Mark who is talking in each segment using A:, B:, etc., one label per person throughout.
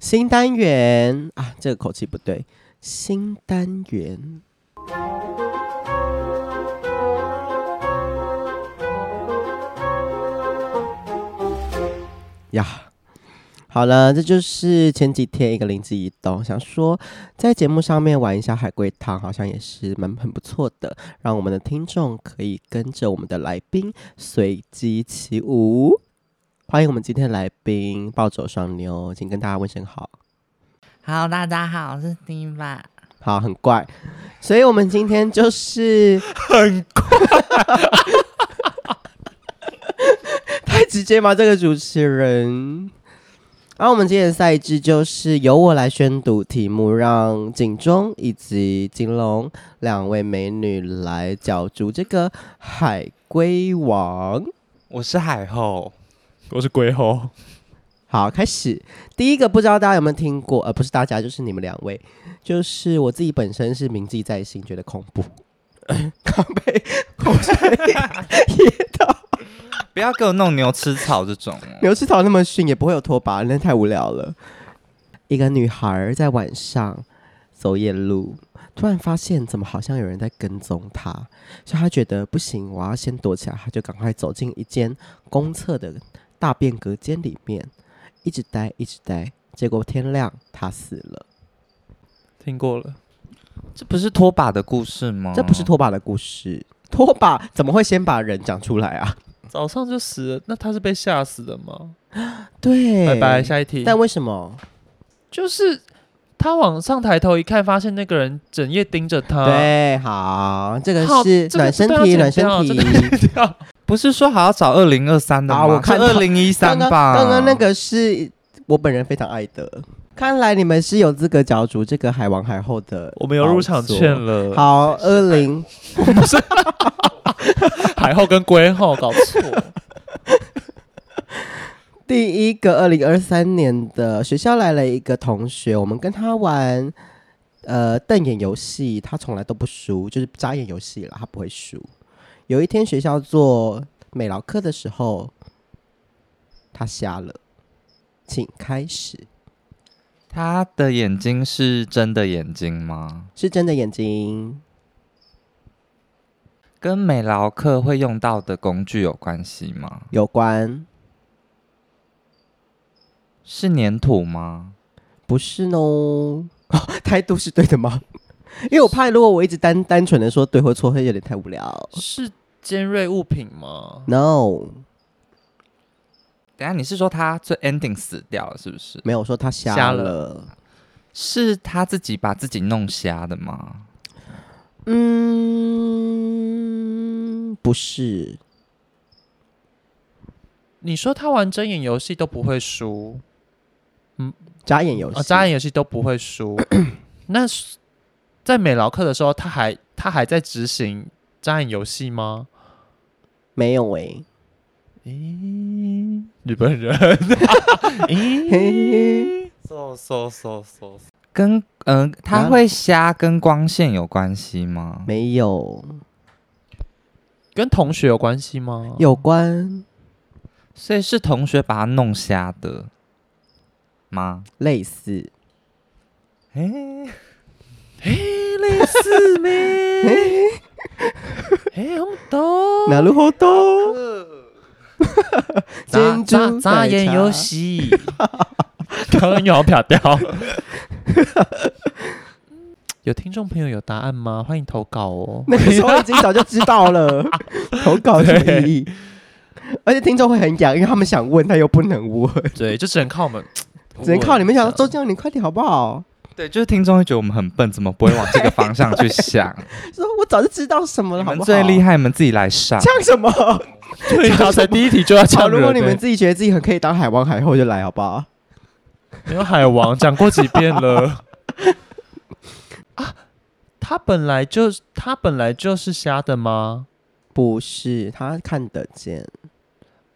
A: 新单元啊，这个口气不对。新单元，呀。好了，这就是前几天一个灵机一动，想说在节目上面玩一下海龟汤，好像也是蛮很不错的，让我们的听众可以跟着我们的来宾随机起舞。欢迎我们今天的来宾暴走双妞，请跟大家问声好。
B: 好，大家好，我是 Diva。
A: 好，很怪，所以我们今天就是
B: 很
A: 太直接吗？这个主持人。然后、啊、我们今天的赛制就是由我来宣读题目，让景中以及景龙两位美女来角逐这个海龟王。
C: 我是海后，
D: 我是龟后。
A: 好，开始。第一个不知道大家有没有听过，呃，不是大家，就是你们两位，就是我自己本身是铭记在心，觉得恐怖，刚被口水噎到。
C: 不要给我弄牛吃草这种、啊，
A: 牛吃草那么逊也不会有拖把，那太无聊了。一个女孩在晚上走夜路，突然发现怎么好像有人在跟踪她，所以她觉得不行，我要先躲起来，她就赶快走进一间公厕的大便隔间里面，一直待一直待，结果天亮她死了。
D: 听过了，
C: 这不是拖把的故事吗？
A: 这不是拖把的故事， 拖把怎么会先把人讲出来啊？
D: 早上就死了，那他是被吓死的吗？
A: 对，
D: 拜拜，下一题。
A: 但为什么？
D: 就是他往上抬头一看，发现那个人整夜盯着他。
A: 对，好，这个是暖身题，暖身题。
C: 不是说好要找二零二三的吗？
A: 我看
C: 二零一三吧。
A: 刚刚那个是我本人非常爱的。看来你们是有资格角逐这个海王海后的。
D: 我们有入场券了。
A: 好，二零
D: 不是。海后跟龟后搞错。
A: 第一个，二零二三年的学校来了一个同学，我们跟他玩呃瞪眼游戏，他从来都不输，就是眨眼游戏了，他不会输。有一天学校做美劳课的时候，他瞎了，请开始。
C: 他的眼睛是真的眼睛吗？
A: 是真的眼睛。
C: 跟美劳课会用到的工具有关系吗？
A: 有关。
C: 是粘土吗？
A: 不是哦。 态度是对的吗？ 因为我怕如果我一直单单纯的说对或错，会有点太无聊。
D: 是尖锐物品吗
A: ？No。
C: 等下你是说他最 ending 死掉了是不是？
A: 没有，我说他瞎了。
C: 是他自己把自己弄瞎的吗？
A: 嗯，不是。
D: 你说他玩睁眼游戏都不会输，
A: 嗯，眨眼游戏
C: 哦
D: 啊，眨眼游戏都不 会输。那在美劳课的时候，他还他还在执行眨眼游戏吗？
A: 没有诶、
D: 欸。咦、欸，日本人。咦
C: so so so so。跟嗯、呃，它会瞎跟光线有关系吗？
A: 没有，
D: 跟同学有关系吗？
A: 有关，
C: 所以是同学把他弄瞎的吗？
A: 类似，
C: 哎哎，类似 咩？
D: 哎，好多，
A: 哪路好 多？珍珠
C: 眨眼游戏，
D: 刚刚又好飘掉。有听众朋友有答案吗？欢迎投稿 哦。
A: 那个时候已经早就知道 了，投稿有意义。而且听众会很痒，因为他们想问，他又不能问。
D: 对，就只能靠我们，
A: 只能靠你们想。周江，你快点好不好？
C: 对，就是听众会觉得我们很笨，怎么不会往这个方向去 想？
A: 说我早就知道什么了，好不好？
C: 最厉害，你们自己来 上。
A: 唱什么？
D: 对，刚才第一题就要唱。
A: 如果你们自己觉得自己很可以当海王海后，就来好不好？
D: 没有海王讲过几 遍了啊！他本来就他本来就是瞎的吗？
A: 不是，他看得见。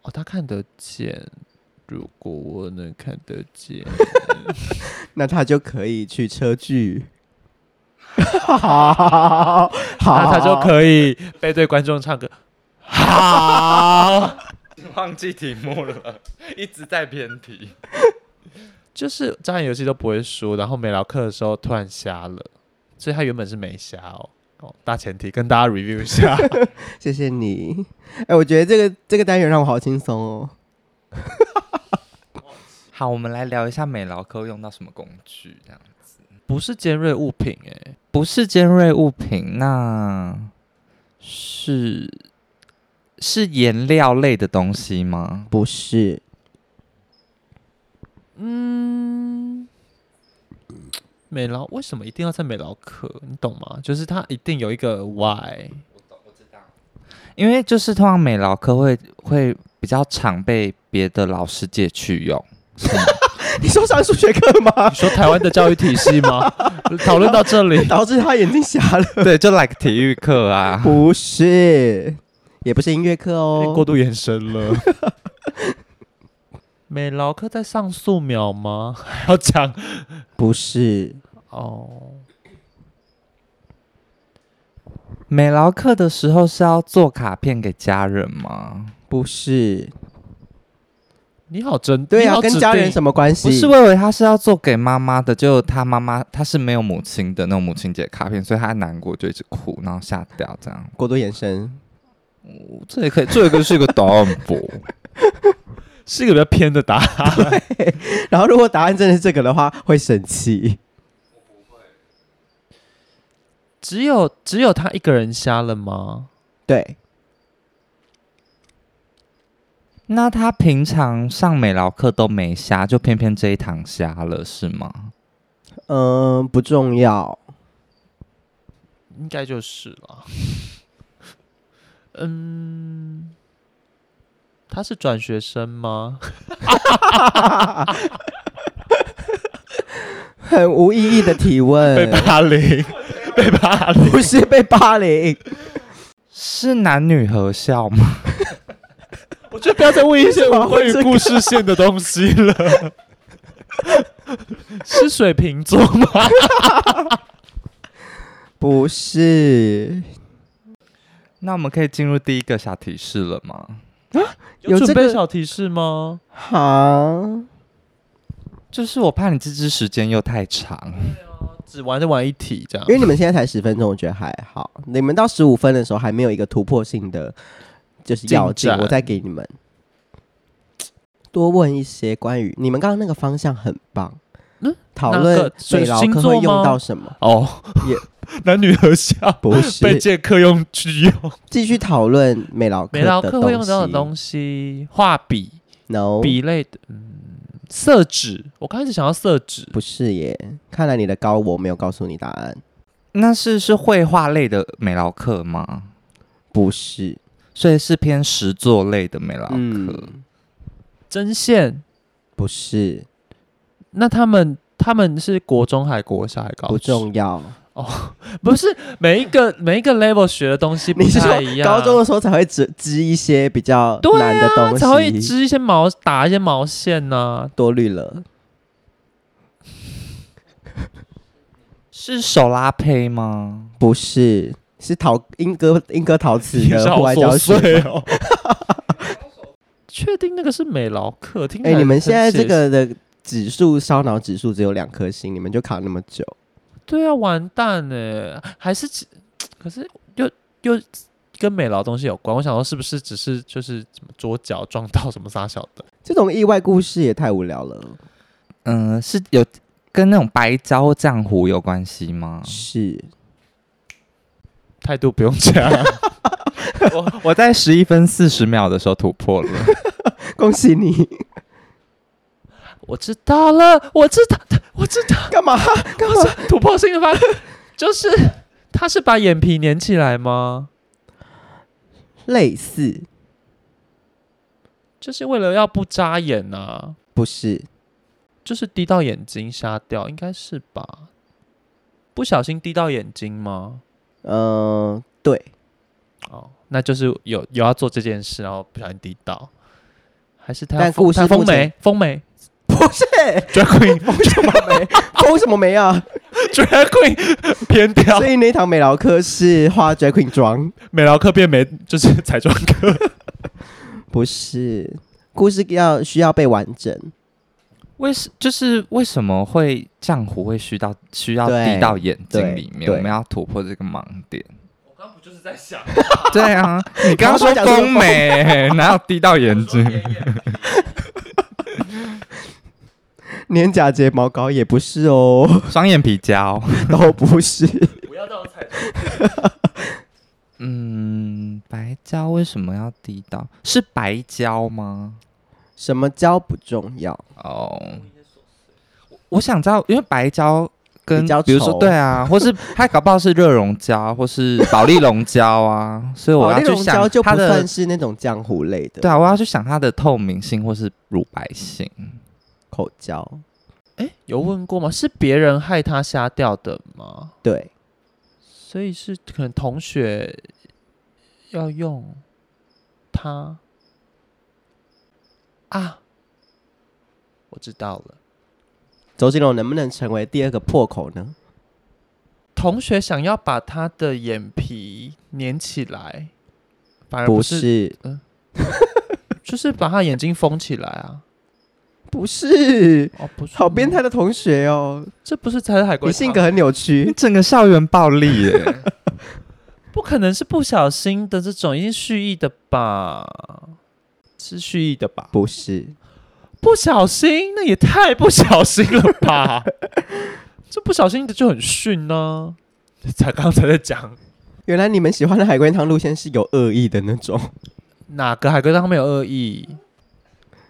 D: 哦，他看得见。如果我能看得 见，
A: 那他就可以去车距。好，
D: 那他就可以背对观众唱歌。好，
C: 忘记题目了，一直在偏题。
D: 就是渣男游戏都不会输，然后美劳课的时候突然瞎了，所以他原本是没瞎哦。哦，大前提跟大家 review 一下，
A: 谢谢你。哎、我觉得这个这个单元让我好轻松哦。
C: 好，我们来聊一下美劳科用到什么工具，这样
D: 不是尖锐物品哎、
C: 不是尖锐物品，那是是颜料类的东西吗？
A: 不是，
D: 嗯，美劳为什么一定要在美劳课？你懂吗？就是它一定有一个 why。
C: 因为就是通常美劳科会会比较常被别的老师借去 用，
A: 你说上数学课吗
D: 你？说台湾的教育体系吗？ 讨论到这里，
A: 导致他眼睛瞎了？
C: 对，就 like 体育课啊，
A: 不是，也不是音乐课
D: 哎过
A: 哦。
D: 度延伸了。 美劳课在上素描吗？ 还要讲
A: 不是，
D: 哦，
C: 美劳课的时候是要做卡片给家人吗？
A: 不是，
D: 你好针
A: 对
D: 你
A: 啊，
D: 好
A: 跟
D: 指
A: 家
D: 定
A: 人什么关系？
C: 不是，我以为他是要做给妈妈的，就他妈妈他是没有母亲的那种母亲节卡片，所以他难过就一直哭，然后吓掉这样。
A: 过度延伸。
C: 哦这也可以，这个是一个答案不？
D: 是一个比较偏的答案。
A: 然后如果答案真的是这个的话，会生气。
D: 只有只有他一个人瞎了吗？
A: 对，
C: 那他平常上美劳课都没瞎，就偏偏这一堂瞎了，是吗？
A: 嗯，不重要。
D: 应该就是了。 嗯，他是转学生吗？
A: 很无意义的提
D: 被
A: 问，
D: 霸 凌，被霸凌。
A: 不是被霸凌。
C: 是男女合校吗？
D: 我觉得不要再问一些
A: 么
D: 无关于
A: 会这
D: 故事线的东西了。 是水瓶座吗？
A: 不是，
C: 那我们可以进入第一个小提示了吗？
A: 有这个
D: 准备小提示吗？
A: 哈，
C: 就是我怕你这支时间又太长，
D: 只玩就玩一题这样
A: 因。为你们现在才十分钟，我觉得还好。你们到十五分的时候还没有一个突破性的，就是要
D: 进
A: 进
D: 展，
A: 我再给你们多问一些关于你们刚刚那个方向很棒。
D: 嗯
A: 讨
D: 哪
A: 论
D: 个水
A: 水劳
D: 星
A: 课
D: 座
A: 会用
D: 吗
A: 到什 么？
D: 哦，
A: 也
D: 男女合校
A: 不
D: 被
A: 是，
D: 借课用去用。
A: 继续讨论美劳课
D: 美劳
A: 的
D: 课会用到的
A: 西
D: 东西， 画笔、
A: ，no，
D: 笔类的，嗯，色纸。我刚开始想要色纸，
A: 不是耶。看来你的高我没有告诉你答案，
C: 那是是绘画类的美劳课吗？
A: 不是。
C: 所以是偏实作类的美劳课。
A: 嗯，
D: 针线。
A: 不是，
D: 那他们他们是国中还国小还高
A: 不
D: 中？
A: 重要。
D: 不是每一 个每一个 level 学的东西不
A: 你是
D: 太
A: 说
D: 一样。
A: 高中的时候才会织织一些比较
D: 对
A: 难的东
D: 啊，
A: 西，
D: 才会织一些毛，打一些毛线啊呢、
A: 多虑了。
C: 是手拉胚吗？
A: 不是，是陶英歌英歌陶瓷
D: 也是
A: 的户
D: 好
A: 外
D: 琐
A: 教学。
D: 碎哦。 确定那个是美劳课？听起
A: 哎、
D: 来
A: 你们现在
D: 很
A: 这
D: 写
A: 个的指数烧脑指数只有两颗星，你们就卡那么久，
D: 对啊，完蛋呢，还是只可是又又跟美劳东西有关。我想说是不是只是就是什么桌脚撞到什么啥小的？
A: 这种意外故事也太无聊了。
C: 嗯、是有跟那种白胶或浆糊有关系吗？
A: 是
D: 态度不用讲，
C: 我 我在十一分四十秒的时候突破了。
A: 恭喜你，
D: 我知道了，我知道，我知道，
A: 干嘛？
D: 我是突破性的发，就是他是把眼皮粘起来吗？
A: 类似
D: 就是为了要不扎眼啊，
A: 不是
D: 就是滴到眼睛瞎掉，应该是吧？不小心滴到眼睛吗？
A: 嗯，对，
D: 哦，那就是有有要做这件事，然后不小心滴到，还是他
A: 但
D: 要封
A: 故事
D: 他
A: 目
D: 封
A: 前
D: 眉封眉
A: 不是
D: drag queen
A: 封什么梅，封什么梅啊？
D: drag queen 偏掉
A: 所以那堂美劳课是化 drag queen 妆，
D: 美劳课变美就是彩妆课，
A: 不是故事要需要被完整，
C: 为什就是为什么会浆糊会需到需要
A: 对
C: 滴到眼睛
A: 对
C: 里面？
A: 对
C: 我们要突破这个盲点。
D: 我刚不就是在想，
C: 对啊，你刚刚说丰 美，哪有滴到眼睛？
A: 粘假睫毛膏也不是哦，
C: 双眼皮胶。
A: 都不是。
D: 不要让我踩。
C: 嗯，白胶为什么要滴到？是白胶吗？
A: 什么胶不重要，
C: 哦，我想知道，因为白胶跟
A: 比较
C: 比如说
A: 稠
C: 对啊，或是它搞不好是热溶胶，或是保利龙胶啊，所以我
A: 保
C: 要
A: 利
C: 去
A: 龙胶
C: 想
A: 就不
C: 它的
A: 算是那种浆糊类的
C: 对啊，我要去想它的透明性或是乳白性。
A: 口胶。
D: 哎，有问过吗？是别人害他瞎掉的吗？
A: 对，
D: 所以是可能同学要用它啊，我知道了。
A: 周金龙能不能成为第二个破口呢？
D: 同学想要把他的眼皮粘起来，反而
A: 不
D: 是，
A: 是，
D: 就是把他眼睛封起来啊。
A: 不是，
D: 哦，不是，
A: 好变，态的同学哦，
D: 这不是才是海龟
A: 你
D: 汤，
A: 性格很扭
C: 你
A: 曲。
C: 整个校园暴力耶！
D: 不可能是不小心的，这种一定蓄意的吧？是蓄意的吧？
A: 不是，
D: 不小心，那也太不小心了 吧？这不小心的就很逊呢、才刚才在讲
A: 原来你们喜欢的海龟汤路线是有恶意的那种，
D: 哪个海龟汤没有恶意？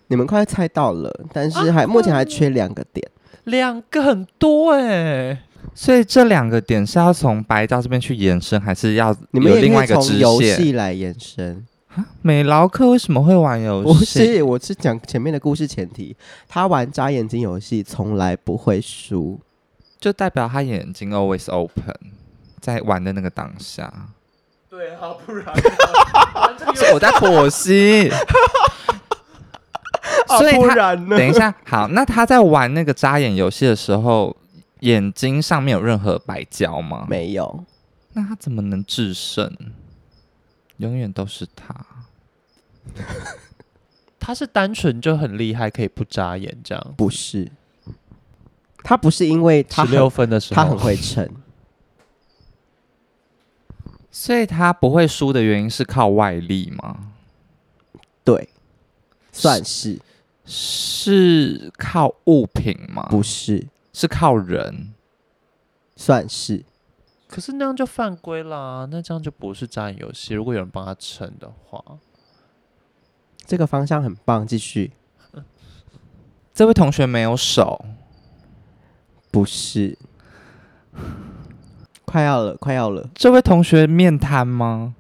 A: 你们快猜到了，但是还、目前还缺两个点。
D: 两个很多哎、
C: 所以这两个点是要从白胶这边去延伸，还是要
A: 你们
C: 有
A: 也
C: 另
A: 可
C: 外
A: 以
C: 一个支
A: 从游
C: 线？
A: 戏来延伸，
C: 美劳课为什么会玩游
A: 不
C: 戏？
A: 是，我是讲前面的故事前提。他玩眨眼睛游戏从来不会 输，
C: 就代表他眼睛 always open，在玩的那个当下。
D: 对啊，不然
A: 哦
C: 是我在 剖析。所以
A: 啊不
C: 他
A: 然呢？
C: 等一下，好，那他在玩那个扎眼游戏的时候，眼睛上面有任何白胶吗？。
A: 没有，
C: 那他怎么能制胜？永远都是他。
D: 他是单纯就很厉害，可以不眨眼这样。
A: 不是，他不是因为他
D: 十
A: 很
D: 六分的时候，
A: 他很会撑，
C: 所以他不会输的原因是靠外力吗？
A: 对，算是
C: 是靠物品吗？
A: 不是
C: 是靠人。
A: 算是
D: 可是那样就犯规啦，那这样就不是眨眼游戏。如果有人帮他撑的话，
A: 这个方向很棒，继续
C: 这位同学没有手，
A: 不是，快要了，快要了，
C: 这位同学面瘫吗？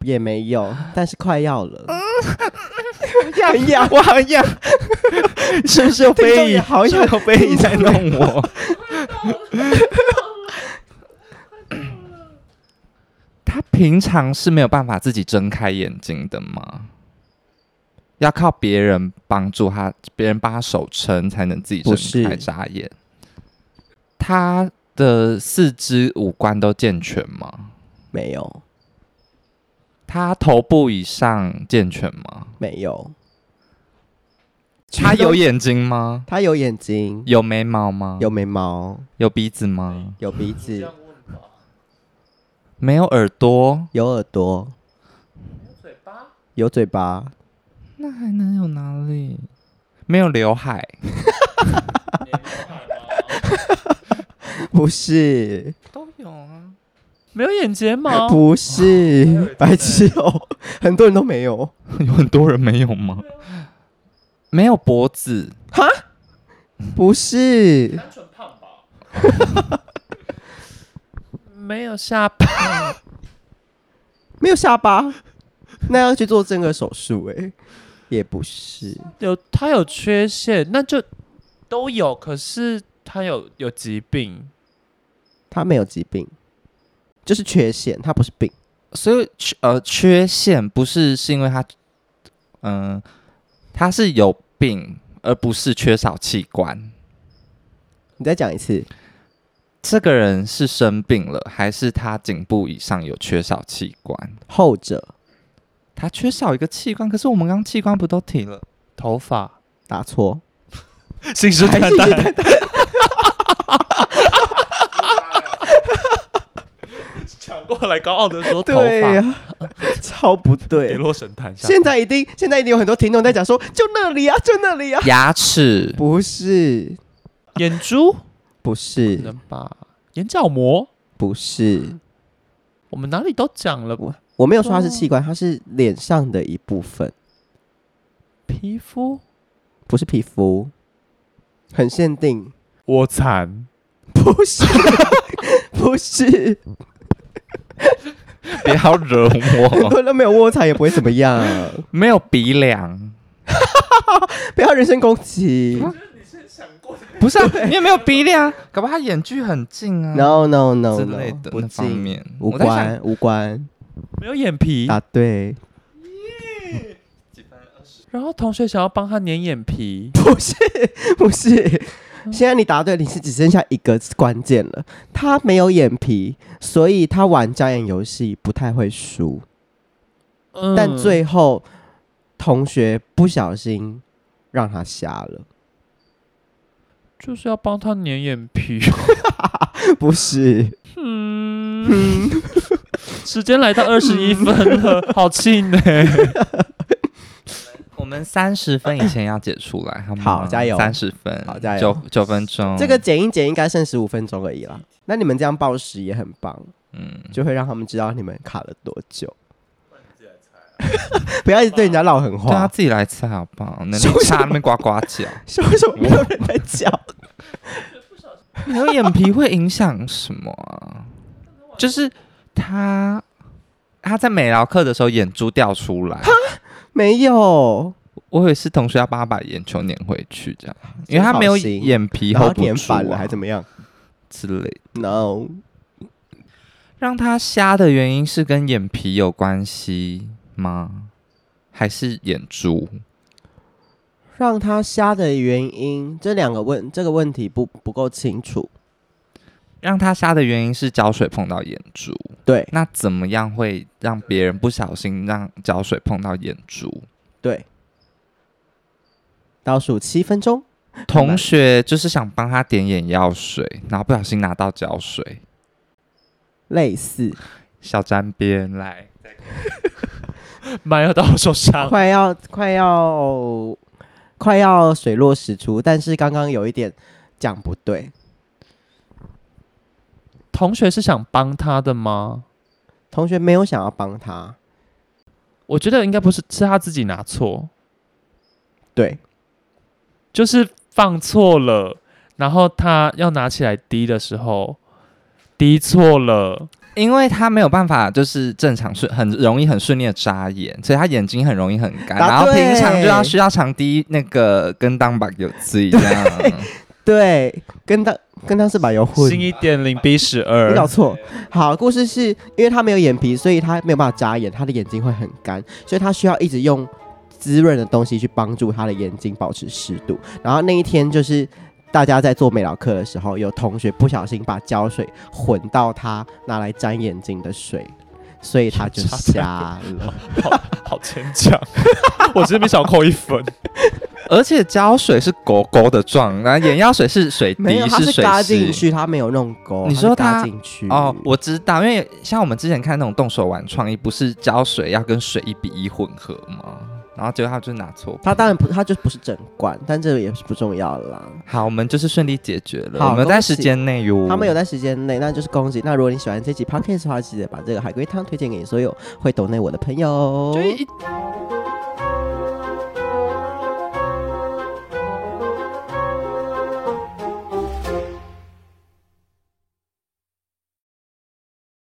A: 也没 有，但是快要了，
C: 哎
A: 痒痒，
C: 我好痒，是不是有
A: 听众
C: 非
A: 也
C: 议？
A: 好
C: 是不是有非议在弄我。 他平常是没有办法自己睁开眼睛的吗？要靠别人帮助他，别人帮他手撑才能自己
A: 不
C: 睁开
A: 是
C: 眨眼。他的四肢五官都健全吗？
A: 没有，
C: 他头部以上健全吗？
A: 没有，
C: 他有眼睛吗？
A: 他有眼睛，
C: 有眉毛吗？
A: 有眉毛，
C: 有鼻子吗？
A: 有鼻子，
C: 没有耳朵，
A: 有耳朵，有嘴巴，
C: 那还能有哪里？没有刘海，
A: 不是。
C: 都有啊。
D: 没有眼睫毛，
A: 不是，白痴哦、很多人都没有。
C: 有很多人没有吗？没有脖子，
A: 不是，
D: 没有下巴，
A: 没有下巴，那要去做正颌手术哎、也不是，
D: 有他有缺陷，那就都有。可是他有有疾病，
A: 他没有疾病，就是缺陷，他不是病。
C: 所以缺呃缺陷不是是因为他，嗯、他是有病，而不是缺少器官。
A: 你再讲一次，
C: 这个人是生病了，还是他颈部以上有缺少器官？
A: 后者
C: 他缺少一个器官，可是我们刚刚器官不都提了？
D: 头发
A: 答错，
D: 信誓
A: 还
D: 旦
A: 信誓
D: 旦，抢过来高傲的说头
A: 对 呀、
D: 发，哎
A: 超不
D: 跌
A: 对。
D: 落神坛下。
A: 现在一定，现在一定有很多听众在讲说，就那里啊，就那里啊，
C: 牙齿、
A: 不是，
D: 眼珠
A: 不
D: 可能
A: 是，
D: 吧，眼角膜，
A: 不是，
D: 我们哪里都讲了，
A: 我我没有说它是器官，它是脸上的一部分，
D: 皮肤，
A: 不是皮肤，很限定，
D: 我惨，
A: 不是， 不是，
C: 不要惹
A: 很
C: 我。
A: 多人 都没有卧蚕也不会怎么样，
C: 没有鼻梁，
A: 不要人身攻击。
C: 不是、啊、你也没有鼻梁，搞不好他眼距很近啊
A: No no no
C: 之
A: no，
C: 类的
A: 呃不
C: 那方
A: 近，
C: 面，
A: 无
C: 我在想
A: 关无关，
D: 没有眼皮。
A: 答对，
D: 然后同学想要帮他粘眼皮，
A: 不是不是。现在你答对，你是只剩下一个关键了。他没有眼皮，所以他玩家眼游戏不太会输。
D: 嗯
A: 但最后同学不小心让他瞎了，
D: 就是要帮他粘眼皮。
A: 不是？
D: 嗯，时间来到二十一分了，好气馁。
C: 我们三十分以前要解出 来，好吗？
A: 好加油
C: 三十分，
A: 好加油
C: 九九分钟。
A: 这个剪一剪应该剩十五分钟而已啦。那你们这样报时也很棒，
C: 嗯，
A: 就会让他们知道你们卡了多久。 不要一直对人家唠狠
C: 对啊，
A: 话，
C: 自己来猜好不好？ 能力
A: 什么
C: 差那边呱呱 叫，
A: 是为什么没有人在叫？
C: 没有眼皮会影响什么啊？就是他他在美劳课的时候眼珠掉出来，
A: 没有，
C: 我以为是同学要帮他把眼球粘回去这样，因为他
A: 好
C: 没有
A: 心
C: 眼皮
A: 然后
C: hold 不
A: 点
C: 住
A: 反了
C: 啊
A: 还怎么样
C: 之类的。
A: ？No，
C: 让他瞎的原因是跟眼皮有关系吗？还是眼珠？
A: 让他瞎的原因，这两个问这个问题不不够清楚。
C: 让他瞎的原因是胶水碰到眼珠。
A: 对
C: 那怎么样会让别人不小心让胶水碰到眼珠？
A: 对，倒数七分钟。
C: 同学就是想帮他点眼药水，然后不小心拿到胶水，
A: 类似，
C: 小沾边来。
D: 妈要到我手上，
A: 快要快要快要水落石出，但是刚刚有一点讲不对，
D: 同学是想帮他的吗？
A: 同学没有想要帮他，
D: 我觉得应该不是，是他自己拿错，
A: 对，
D: 就是放错了，然后他要拿起来滴的时候，滴错了。
C: 因为他没有办法，就是正常顺，很容易很顺利的眨眼，所以他眼睛很容易很干。
A: 答
C: 然后平常
A: 对
C: 就要需要常滴那个跟当把有自己这样。
A: 对，跟他跟他是把油混
D: 新。一点零 B 十
A: 你
D: 二
C: 呃
A: 搞，错，好，故事是因为他没有眼皮，所以他没有办法眨眼，他的眼睛会很干，所以他需要一直用滋润的东西去帮助他的眼睛保持湿度。然后那一天就是大家在做美劳课的时候，有同学不小心把胶水混到他拿来沾眼睛的水，所以他就 瞎了。
D: 好牵强， 我这边想扣一分。
C: 而且胶水是勾勾的状，然后眼药水是水
A: 没有，
C: 滴，
A: 他是
C: 水
A: 嘎进
C: 湿。
A: 去，他没有弄勾。
C: 你说
A: 他
C: 他
A: 是嘎进去
C: 哦，我知道，因为像我们之前看那种动手玩创意，不是胶水要跟水一比一混合吗？然后结果他就是拿错。
A: 他当然不，他就不是整罐，但这个也是不重要啦。
C: 好，我们就是顺利解决了，
A: 好
C: 我们在
A: 恭喜
C: 时间内哟。
A: 他们有在时间内，那就是恭喜。那如果你喜欢这集 podcast 的话，记得把这个海龟汤推荐给你所有会懂内我的朋友。
D: 就一